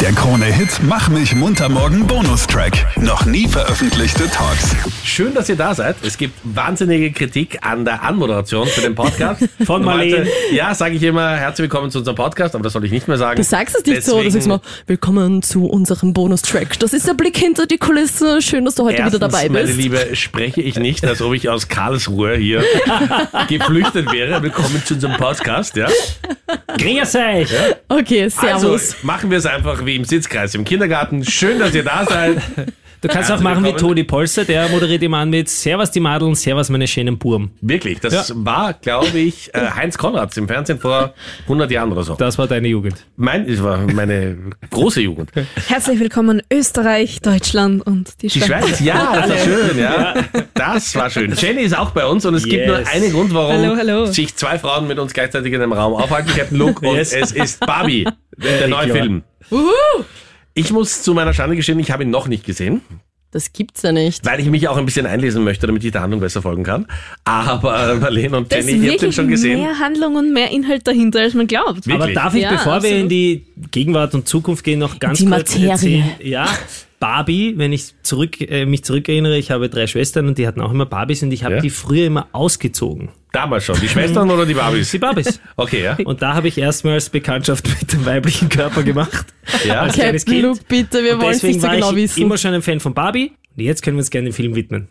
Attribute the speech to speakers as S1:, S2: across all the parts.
S1: Der Krone-Hit Mach mich munter morgen Bonustrack. Noch nie veröffentlichte Talks.
S2: Schön, dass ihr da seid. Es gibt wahnsinnige Kritik an der Anmoderation für den Podcast.
S3: Von Marlene.
S2: Normalerweise- Ja, sage ich immer, herzlich willkommen zu unserem Podcast, aber das soll ich nicht mehr sagen.
S4: Du sagst es nicht so, du
S2: Deswegen
S4: sagst mal, willkommen zu unserem Bonustrack. Das ist der Blick hinter die Kulisse. Schön, dass du heute
S2: Erstens,
S4: wieder dabei
S2: meine
S4: bist.
S2: Liebe, spreche ich nicht, als ob ich aus Karlsruhe hier geflüchtet wäre. Willkommen zu unserem Podcast, ja.
S3: Grüß euch!
S4: Okay, servus.
S2: Also, machen wir es einfach wie im Sitzkreis im Kindergarten. Schön, dass ihr da seid.
S3: Du kannst auch
S2: Herzlich
S3: machen wie
S2: willkommen.
S3: Toni Polster, der moderiert immer an mit Servus die Madeln, Servus meine schönen Burm.
S2: Wirklich, das
S3: Ja.
S2: war, glaube ich, äh, Heinz Konrads im Fernsehen vor 100 Jahren oder so.
S3: Das war deine Jugend.
S2: Mein, das war meine große Jugend.
S5: Herzlich willkommen Österreich, Deutschland und die
S2: Die
S5: Schweiz.
S2: Schweiz, ja, das war schön, ja. Das war schön. Jenny ist auch bei uns und es gibt nur
S3: Yes.
S2: einen Grund, warum
S5: Hallo, hallo.
S2: sich zwei Frauen mit uns gleichzeitig in einem Raum aufhalten, Captain Luke, und
S3: Yes.
S2: es ist Barbie, der neue
S3: klar.
S2: Film. Ich muss zu meiner Schande gestehen, ich habe ihn noch nicht gesehen,
S4: Das gibt's ja nicht.
S2: weil ich mich auch ein bisschen einlesen möchte, damit ich der Handlung besser folgen kann. Aber Marlene und
S5: Da ist
S2: Jenny, ihr habt den
S5: wirklich
S2: schon gesehen.
S5: mehr Handlung und mehr Inhalt dahinter, als man glaubt.
S2: Wirklich?
S3: Aber darf ich,
S4: Ja,
S3: bevor wir
S4: absolut.
S3: in die Gegenwart und Zukunft gehen, noch ganz
S4: Die
S3: kurz
S4: Materie.
S3: erzählen? Ja, Barbie, wenn ich zurück, äh, mich zurückerinnere, ich habe drei Schwestern und die hatten auch immer Barbies und ich habe
S2: Ja.
S3: die früher immer ausgezogen.
S2: Damals schon, die Schwestern oder die Barbies?
S3: Die Barbies.
S2: Okay, ja.
S3: Und da habe ich erstmals Bekanntschaft mit dem weiblichen Körper gemacht.
S2: Ja.
S3: Als kleines
S4: Captain
S3: Kind.
S4: Luke, bitte, wir
S3: Und
S4: wollen es
S3: deswegen
S4: nicht so
S3: war
S4: genau
S3: ich
S4: wissen.
S3: immer schon ein Fan von Barbie. Und jetzt können wir uns gerne dem Film widmen.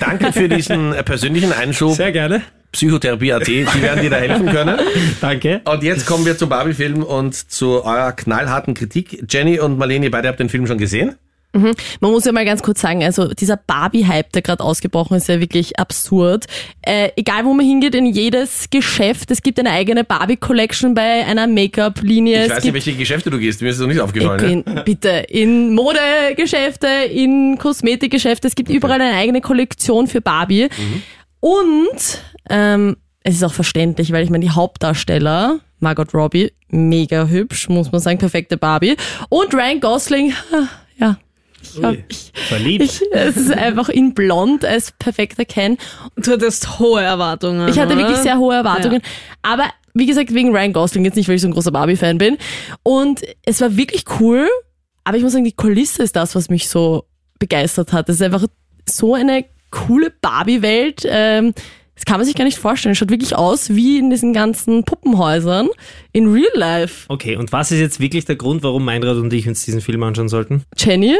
S2: Danke für diesen äh, persönlichen Einschub.
S3: Sehr gerne.
S2: Psychotherapie.at, die werden dir da helfen können.
S3: Danke.
S2: Und jetzt kommen wir zum Barbie-Film und zu eurer knallharten Kritik. Jenny und Marlene, ihr beide habt den Film schon gesehen.
S4: Man muss ja mal ganz kurz sagen, also dieser Barbie-Hype, der gerade ausgebrochen ist, ist ja wirklich absurd. Äh, egal wo man hingeht, in jedes Geschäft, es gibt eine eigene Barbie-Collection bei einer Make-up-Linie.
S2: Ich
S4: es
S2: weiß
S4: gibt
S2: nicht, welche Geschäfte du gehst, mir ist es noch nicht aufgefallen.
S4: In,
S2: ne?
S4: bitte, in Modegeschäfte, in Kosmetikgeschäfte. Es gibt überall eine eigene Kollektion für Barbie. Und ähm, es ist auch verständlich, weil ich meine, die Hauptdarsteller, Margot Robbie, mega hübsch, muss man sagen, perfekte Barbie. Und Ryan Gosling, ja. Ich hab, ich,
S3: Verliebt.
S4: ich, es ist einfach in blond als perfekter Ken.
S5: Du hattest hohe Erwartungen.
S4: Ich hatte
S5: oder?
S4: wirklich sehr hohe Erwartungen. Aber wie gesagt, wegen Ryan Gosling, jetzt nicht, weil ich so ein großer Barbie-Fan bin. Und es war wirklich cool, aber ich muss sagen, die Kulisse ist das, was mich so begeistert hat. Es ist einfach so eine coole Barbie-Welt. Ähm, das kann man sich gar nicht vorstellen. Es schaut wirklich aus wie in diesen ganzen Puppenhäusern in Real Life.
S3: Okay, und was ist jetzt wirklich der Grund, warum Meinrad und ich uns diesen Film anschauen sollten?
S4: Jenny?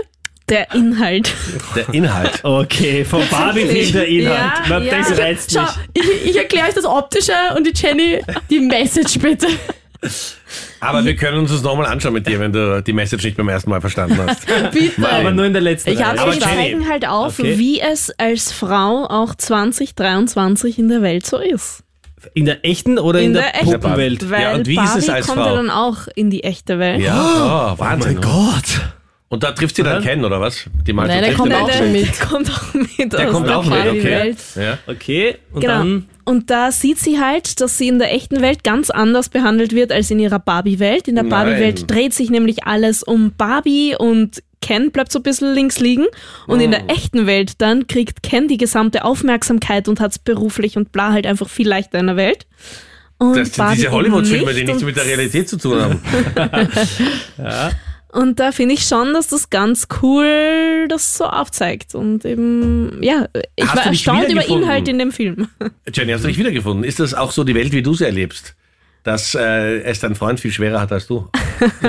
S5: Der Inhalt.
S2: Der Inhalt.
S3: Okay, vom Barbie-Film der Inhalt.
S5: Ja,
S3: Na,
S5: ja.
S3: Das reizt
S4: Schau,
S3: mich.
S4: ich, ich erkläre euch das Optische und die Jenny die Message bitte.
S2: Aber wir können uns das nochmal anschauen mit dir, wenn du die Message nicht beim ersten Mal verstanden hast.
S4: Bitte.
S3: Aber nur in der letzten
S4: Ich hab's
S3: Reihe.
S5: Wir
S3: Aber Jenny,
S5: zeigen halt auf,
S3: Okay.
S5: wie es als Frau auch 2023 in der Welt so ist.
S3: in der echten oder in, der,
S5: echten
S3: Puppenwelt?
S5: Weil
S2: Ja, und wie ist
S5: Barbie
S2: es als
S5: kommt
S2: Frau?
S5: ja dann auch in die echte Welt.
S2: Ja, oh, Wahnsinn.
S3: Gott.
S2: und da trifft sie dann Ken, oder was? Die Margot
S4: Nein, der
S2: trifft
S4: kommt
S2: ihn
S4: auch
S5: der,
S4: schon mit.
S5: der kommt auch mit
S2: Der
S5: aus
S2: kommt
S5: der
S2: auch mit, okay.
S5: Barbie-Welt.
S2: Ja.
S3: Okay, und
S5: Genau.
S3: dann
S5: Und da sieht sie halt, dass sie in der echten Welt ganz anders behandelt wird als in ihrer Barbie-Welt. In der
S2: Nein.
S5: Barbie-Welt dreht sich nämlich alles um Barbie und Ken bleibt so ein bisschen links liegen. Und in
S2: Oh.
S5: der echten Welt dann kriegt Ken die gesamte Aufmerksamkeit und hat es beruflich und bla halt einfach viel leichter in der Welt. Und
S2: Das sind
S5: Barbie
S2: diese
S5: eben
S2: Hollywood-Filme, die
S5: nicht
S2: nichts
S5: und
S2: mit der Realität zu tun haben.
S5: Und da finde ich schon, dass das ganz cool das so aufzeigt. Und eben, ja, ich
S2: Hast
S5: war
S2: du dich
S5: erstaunt über
S2: wiedergefunden?
S5: Inhalt in dem Film.
S2: Jenny, hast du dich wiedergefunden? Ist das auch so die Welt, wie du sie erlebst? Dass äh, es dein Freund viel schwerer hat als du?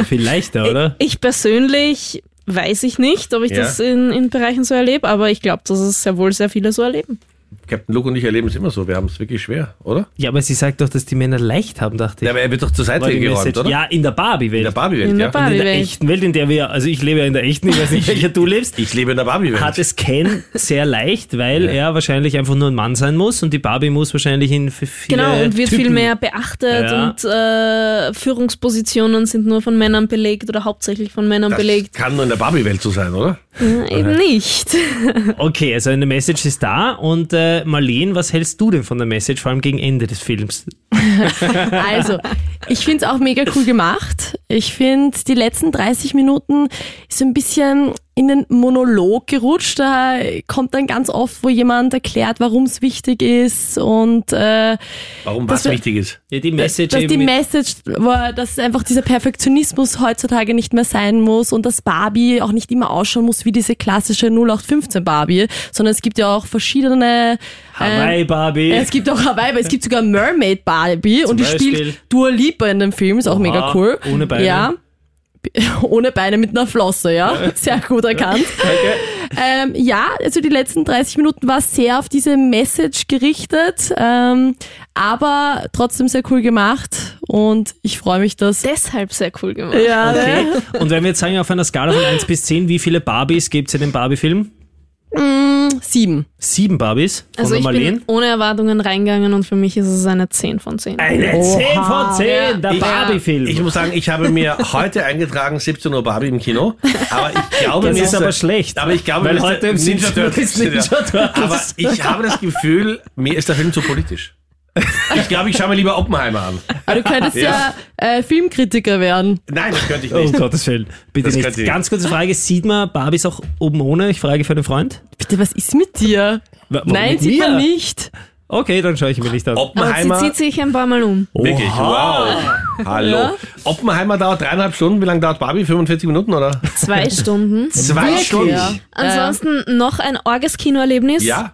S3: viel leichter, oder?
S5: Ich persönlich weiß ich nicht, ob ich
S2: Ja.
S5: das in, in Bereichen so erlebe, aber ich glaube, dass es sehr wohl sehr viele so erleben.
S2: Captain Luke und ich erleben es immer so. Wir haben es wirklich schwer, oder?
S3: Ja, aber sie sagt doch, dass die Männer leicht haben, dachte ich.
S2: Ja, aber er wird doch zur
S3: War
S2: Seite
S3: die
S2: geräumt,
S3: Message-
S2: oder?
S3: Ja, in der
S2: In der
S3: Barbie-Welt.
S2: Barbie-Welt,
S5: In der
S2: ja.
S3: Und in der
S5: Barbie-Welt.
S3: echten Welt, in der wir, also ich lebe ja in der echten, ich weiß nicht, welcher du lebst.
S2: Ich lebe in der
S3: hat
S2: Barbie-Welt.
S3: es Ken sehr leicht, weil
S2: Ja.
S3: er wahrscheinlich einfach nur ein Mann sein muss und die Barbie muss wahrscheinlich in f- viele
S5: Genau, und wird
S3: Typen.
S5: viel mehr beachtet
S3: Ja.
S5: und äh, Führungspositionen sind nur von Männern belegt oder hauptsächlich von Männern
S2: Das
S5: belegt.
S2: kann nur in der Barbie-Welt so sein, oder?
S5: Ja, eben nicht.
S3: Okay, also eine Message ist da und äh, Marleen, was hältst du denn von der Message, vor allem gegen Ende des Films?
S4: Also, ich finde es auch mega cool gemacht. Ich finde, die letzten 30 Minuten ist so ein bisschen in den Monolog gerutscht. Da kommt dann ganz oft, wo jemand erklärt, warum es wichtig ist und äh,
S2: Warum
S4: Das
S2: was
S4: wär-
S2: wichtig ist?
S3: Ja, die Message
S4: dass
S3: eben
S4: die
S3: mit-
S4: Message war, dass einfach dieser Perfektionismus heutzutage nicht mehr sein muss und dass Barbie auch nicht immer ausschauen muss wie diese klassische 0815 Barbie, sondern es gibt ja auch verschiedene ähm,
S3: Hawaii Barbie.
S4: äh, es gibt auch Hawaii, aber es gibt sogar Mermaid Barbie und die
S3: Beispiel.
S4: spielt Dua Lipa in dem Film, ist auch mega cool.
S3: ohne Beine.
S4: Ja. Ohne Beine mit einer Flosse, ja. Sehr gut erkannt. Ähm, ja, also die letzten 30 Minuten war sehr auf diese Message gerichtet, ähm, aber trotzdem sehr cool gemacht und ich freue mich, dass...
S5: Deshalb sehr cool gemacht.
S4: Ja,
S3: Okay. Und wenn wir jetzt sagen, auf einer Skala von 1 bis 10, wie viele Barbies gibt es in dem Barbie-Film?
S4: sieben.
S3: Sieben Barbies von
S5: Also
S3: der
S5: ich
S3: Marleen.
S5: bin ohne Erwartungen reingegangen und für mich ist es eine 10 von 10.
S3: Eine
S4: Oha.
S3: 10 von 10, der
S2: Ich-
S3: Barbie-Film.
S2: Ich muss sagen, ich habe mir heute eingetragen 17 Uhr Barbie im Kino, aber ich glaube
S3: das
S2: mir
S3: ist aber schlecht.
S2: Aber ich glaube,
S3: weil
S2: mir ist
S3: heute
S2: der-
S3: im Ninja Turtles. Ninja
S2: Aber
S3: Turtles.
S2: ich habe das Gefühl, mir ist der Film zu politisch. Ich glaube, ich schaue mir lieber Oppenheimer an.
S4: Aber du könntest ja,
S2: Ja.
S4: äh, Filmkritiker werden.
S2: Nein, das könnte ich
S3: Oh, um
S2: nicht.
S3: Gottes Willen. Bitte
S2: Das
S3: nicht.
S2: könnte ich.
S3: Ganz kurze Frage: Sieht man Barbies auch oben ohne? Ich frage für einen Freund.
S4: Bitte, was ist mit dir?
S3: Wa- warum
S4: Nein,
S3: mit
S4: sieht man
S3: mir?
S4: nicht.
S3: Okay, dann schaue ich ihn mir nicht an.
S5: Aber sie
S2: Oppenheimer.
S5: zieht sich ein paar Mal um.
S2: Wirklich, wow. Hallo.
S4: Ja.
S2: Oppenheimer dauert dreieinhalb Stunden. Wie lange dauert Barbie? 45 Minuten, oder?
S5: Zwei Stunden.
S3: Ah,
S2: Zwei
S4: Wirklich?
S2: Stunden.
S4: Ja.
S5: Ansonsten noch ein orges Kinoerlebnis.
S2: Ja.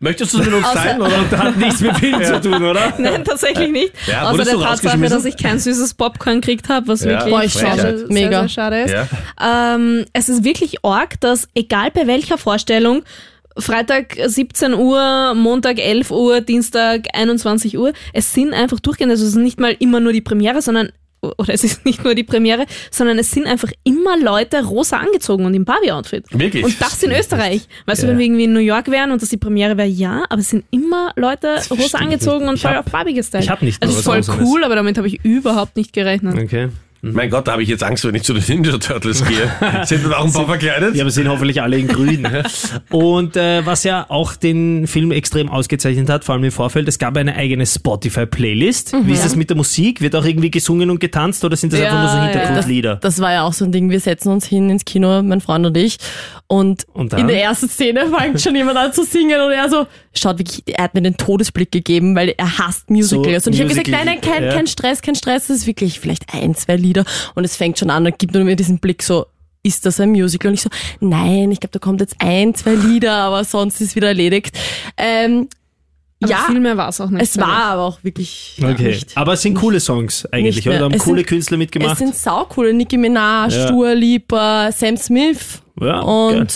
S2: Möchtest du es mit uns teilen, oder?
S3: Da hat nichts mit Film zu tun, oder?
S5: Nein, tatsächlich nicht.
S2: Ja,
S5: Außer
S2: wurdest
S5: der
S2: du
S5: Tatsache,
S2: rausgeschmissen?
S5: dass ich kein süßes Popcorn gekriegt habe, was
S2: Ja,
S5: wirklich
S2: Boah,
S4: ich
S5: sehr,
S4: schade.
S5: sehr,
S4: Mega.
S5: sehr schade ist.
S2: Ja.
S5: Ähm, es ist wirklich arg, dass egal bei welcher Vorstellung, Freitag 17 Uhr, Montag 11 Uhr, Dienstag 21 Uhr, es sind einfach durchgehend, also es ist nicht mal immer nur die Premiere, sondern oder es ist nicht nur die Premiere, sondern es sind einfach immer Leute rosa angezogen und im Barbie-Outfit.
S2: Wirklich?
S5: Und das in Österreich. Weißt du,
S3: Ja.
S5: wenn wir irgendwie in New York wären und das die Premiere wäre, ja, aber es sind immer Leute rosa
S3: verstehe ich
S5: angezogen
S3: nicht.
S5: und
S3: Ich
S5: voll
S3: hab-
S5: auf Barbie gestylt.
S3: ich hab nicht
S5: Also
S3: nur
S5: ist
S3: was
S5: voll
S3: Rosanes.
S5: cool, aber damit habe ich überhaupt nicht gerechnet.
S3: Okay.
S2: Mein Gott, da habe ich jetzt Angst, wenn ich zu den Ninja Turtles gehe. Sind dann auch ein paar verkleidet?
S3: Ja, aber sind hoffentlich alle in grün. Und äh, was ja auch den Film extrem ausgezeichnet hat, vor allem im Vorfeld, es gab eine eigene Spotify-Playlist.
S4: Mhm.
S3: Wie ist das mit der Musik? Wird auch irgendwie gesungen und getanzt oder sind das
S5: Ja,
S3: einfach nur so
S5: ja,
S3: Hintergrundlieder?
S4: Das war ja auch so ein Ding, wir setzen uns hin ins Kino, mein Freund und ich. Und,
S3: Und dann?
S4: in der ersten Szene fängt schon jemand an zu singen und er so, schaut wirklich, er hat mir den Todesblick gegeben, weil er hasst Musicals.
S3: So
S4: und ich habe gesagt,
S3: Musical-
S4: nein, nein, kein,
S3: ja.
S4: kein Stress, kein Stress, das ist wirklich vielleicht ein, zwei Lieder. Und es fängt schon an und gibt nur mir diesen Blick so, ist das ein Musical? Und ich so, nein, ich glaube, da kommt jetzt ein, zwei Lieder, aber sonst ist wieder erledigt. Ähm,
S5: Aber
S4: ja,
S5: viel mehr war es auch nicht.
S4: es war aber auch wirklich
S3: Okay,
S4: nicht.
S3: aber es sind coole Songs eigentlich,
S4: nicht
S3: oder?
S4: mehr.
S3: Da haben
S4: Es
S3: coole
S4: sind-
S3: Künstler
S4: Es
S3: mitgemacht.
S4: sind saucoole Nicki Minaj,
S3: Ja.
S4: Dua Lipa, Sam Smith.
S3: Ja,
S4: und
S3: geil.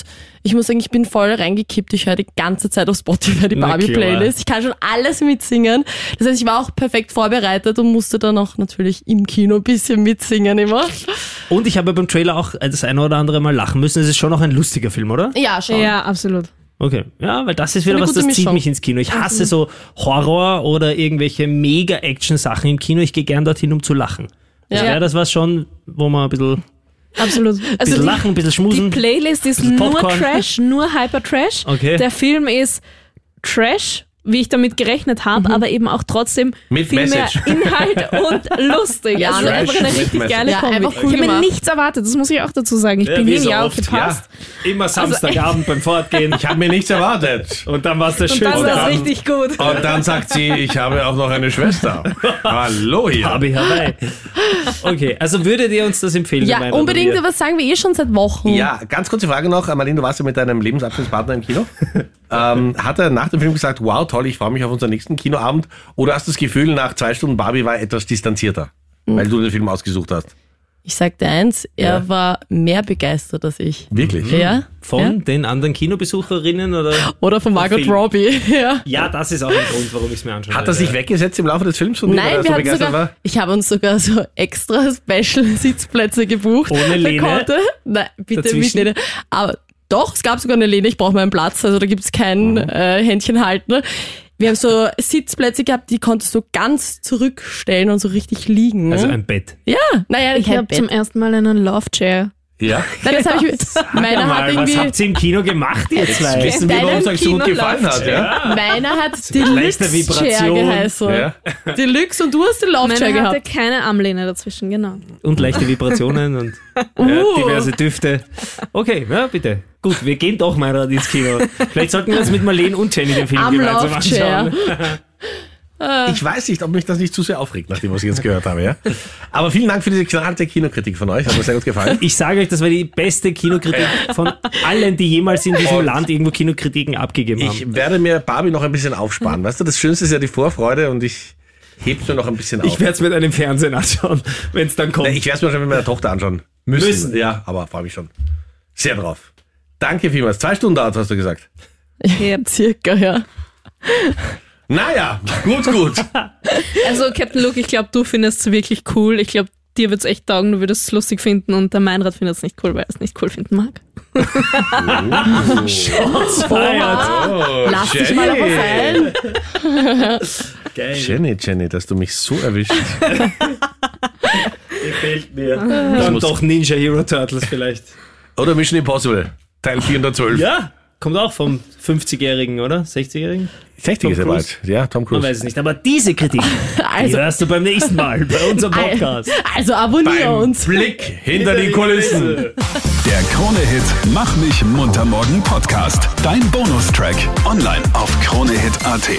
S4: ich muss sagen, ich bin voll reingekippt. Ich höre die ganze Zeit auf Spotify die
S3: Na
S4: Barbie-Playlist. Ich kann schon alles mitsingen. Das heißt, ich war auch perfekt vorbereitet und musste dann auch natürlich im Kino ein bisschen mitsingen immer.
S3: Und ich habe beim Trailer auch das eine oder andere Mal lachen müssen. Es ist schon auch ein lustiger Film, oder?
S4: Ja, schon.
S5: Ja, absolut.
S3: Okay. Ja, weil das ist wieder
S4: Eine
S3: was,
S4: gute
S3: das zieht
S4: Mischung.
S3: mich ins Kino. Ich hasse so Horror oder irgendwelche Mega-Action-Sachen im Kino. Ich gehe gern dorthin, um zu lachen. Also
S4: Ja.
S3: wäre das was schon, wo man ein bisschen,
S5: Absolut. Also
S3: bisschen
S5: die,
S3: lachen, ein bisschen
S5: die
S3: schmusen.
S5: Playlist ist
S3: Bisschen
S5: nur
S3: Popcorn.
S5: Trash, nur Hyper-Trash.
S3: Okay.
S5: Der Film ist Trash, wie ich damit gerechnet habe, aber eben auch trotzdem
S2: Mit
S5: viel
S2: Message.
S5: mehr Inhalt und lustig.
S4: Ja,
S5: also
S4: Trash
S5: einfach eine
S2: mit
S5: richtig
S2: Message.
S5: geile
S4: Ja,
S5: Kombi.
S4: einfach cool
S5: ich habe mir
S4: gemacht.
S5: nichts erwartet, das muss ich auch dazu sagen. Ich bin
S2: wie
S5: hier
S2: so
S5: ja auch
S2: oft,
S5: gepasst.
S3: Immer
S4: Also
S3: Samstagabend beim Fortgehen.
S2: Ich habe mir nichts erwartet.
S3: Und dann war es der
S5: Und dann
S3: schönste
S5: war
S3: Abend.
S5: richtig gut.
S2: Und dann sagt sie, ich habe auch noch eine Schwester. Hallo hier.
S3: Barbie Hawaii. Okay, also würdet ihr uns das empfehlen?
S4: Ja,
S3: meine
S4: unbedingt,
S3: Damen und
S4: was sagen wir eh schon seit Wochen.
S2: Ja, ganz kurze Frage noch. Marlene, du warst ja mit deinem Lebensabschnittspartner im Kino. Ähm, hat er nach dem Film gesagt, wow, toll, ich freue mich auf unseren nächsten Kinoabend? Oder hast du das Gefühl, nach zwei Stunden Barbie war er etwas distanzierter?
S4: Mhm.
S2: Weil du den Film ausgesucht hast.
S4: Ich sagte eins, er war mehr begeistert als ich.
S2: Wirklich?
S4: Ja?
S3: Mhm. Von den anderen Kinobesucherinnen oder?
S4: ja? Oder von Margot
S3: Film.
S4: Robbie. Ja.
S3: Ja, das ist auch ein Grund, warum ich es mir anschaue.
S2: Hat er sich weggesetzt im Laufe des Films von dir, weil er
S4: Nein,
S2: so
S4: wir hatten
S2: begeistert
S4: sogar,
S2: war?
S4: ich habe uns sogar so extra Special-Sitzplätze gebucht.
S3: Ohne
S4: Der
S3: Lehne?
S4: Konnte, nein, bitte
S3: Dazwischen?
S4: mit Lehne. Aber doch, es gab sogar eine Lehne, ich brauche meinen Platz, also da gibt es kein
S3: Mhm.
S4: äh, Händchen halten. Wir haben so Sitzplätze gehabt, die konntest du ganz zurückstellen und so richtig liegen.
S3: Also
S4: ne?
S3: ein Bett.
S4: ja, naja,
S5: Ich
S4: kein
S5: habe
S4: Bett.
S5: zum ersten Mal einen Love Chair
S2: Ja.
S4: Nein, das habe ich. Meiner hat
S3: mal, was
S4: irgendwie.
S3: habt ihr im Kino gemacht, ihr zwei?
S2: Wissen wir, warum es euch so gut
S5: Deinen Kino
S2: gefallen
S5: läuft's.
S2: hat, ja?
S4: Meiner hat
S3: leichte
S4: Deluxe Chair
S3: Vibration.
S4: geheißen.
S2: Ja.
S4: Deluxe und du hast den Love Chair
S5: Meine hatte
S4: gehabt.
S5: keine Armlehne dazwischen, genau.
S3: Und leichte Vibrationen und äh,
S4: Uh.
S3: diverse Düfte. Okay, ja, bitte. Gut, wir gehen doch mal ins Kino. Vielleicht sollten wir uns mit Marlene und Jenny den Film
S4: Am
S3: gemeinsam
S4: Love Chair.
S3: anschauen.
S2: Ich weiß nicht, ob mich das nicht zu sehr aufregt, nachdem was ich jetzt gehört habe, ja? Aber vielen Dank für diese knallte Kinokritik von euch. Hat mir sehr gut gefallen.
S3: Ich sage euch, das war die beste Kinokritik von allen, die jemals in diesem
S2: Und
S3: Land irgendwo Kinokritiken abgegeben haben.
S2: Ich werde mir Barbie noch ein bisschen aufsparen. Weißt du, das Schönste ist ja die Vorfreude und ich heb's mir noch ein bisschen auf.
S3: Ich werde es mit einem Fernsehen anschauen, wenn es dann kommt.
S2: Ich werde es mir schon mit meiner Tochter anschauen. Müssen.
S3: Müssen.
S2: Ja, aber freue mich schon. Sehr drauf. Danke vielmals. Zwei Stunden dauert, hast du gesagt.
S4: Circa, ja.
S2: Naja, gut, gut.
S5: Also, Captain Luke, ich glaube, du findest es wirklich cool. Ich glaube, dir wird es echt taugen, du würdest es lustig finden und der Meinrad findet es nicht cool, weil er es nicht cool finden mag.
S2: Oh,
S4: Lass dich mal aber sein.
S2: Jenny, Jenny, dass du mich so erwischt.
S3: Gefällt mir. Dann
S2: muss-
S3: doch Ninja Hero Turtles vielleicht.
S2: Oder Mission Impossible, Teil 412.
S3: Ja, kommt auch vom 50-Jährigen, oder? 60-Jährigen?
S2: 60 ist er
S3: Tom
S2: bald. Ja, Tom
S3: Man
S2: Cruise.
S3: weiß es nicht. Aber diese Kritik, die
S4: Also,
S3: hörst du beim nächsten Mal bei unserem Podcast.
S4: also abonnier
S2: Beim
S4: uns.
S2: Blick hinter die Kulissen.
S1: Der Krone-Hit Mach mich munter morgen Podcast. Dein Bonustrack. Online auf kronehit.at.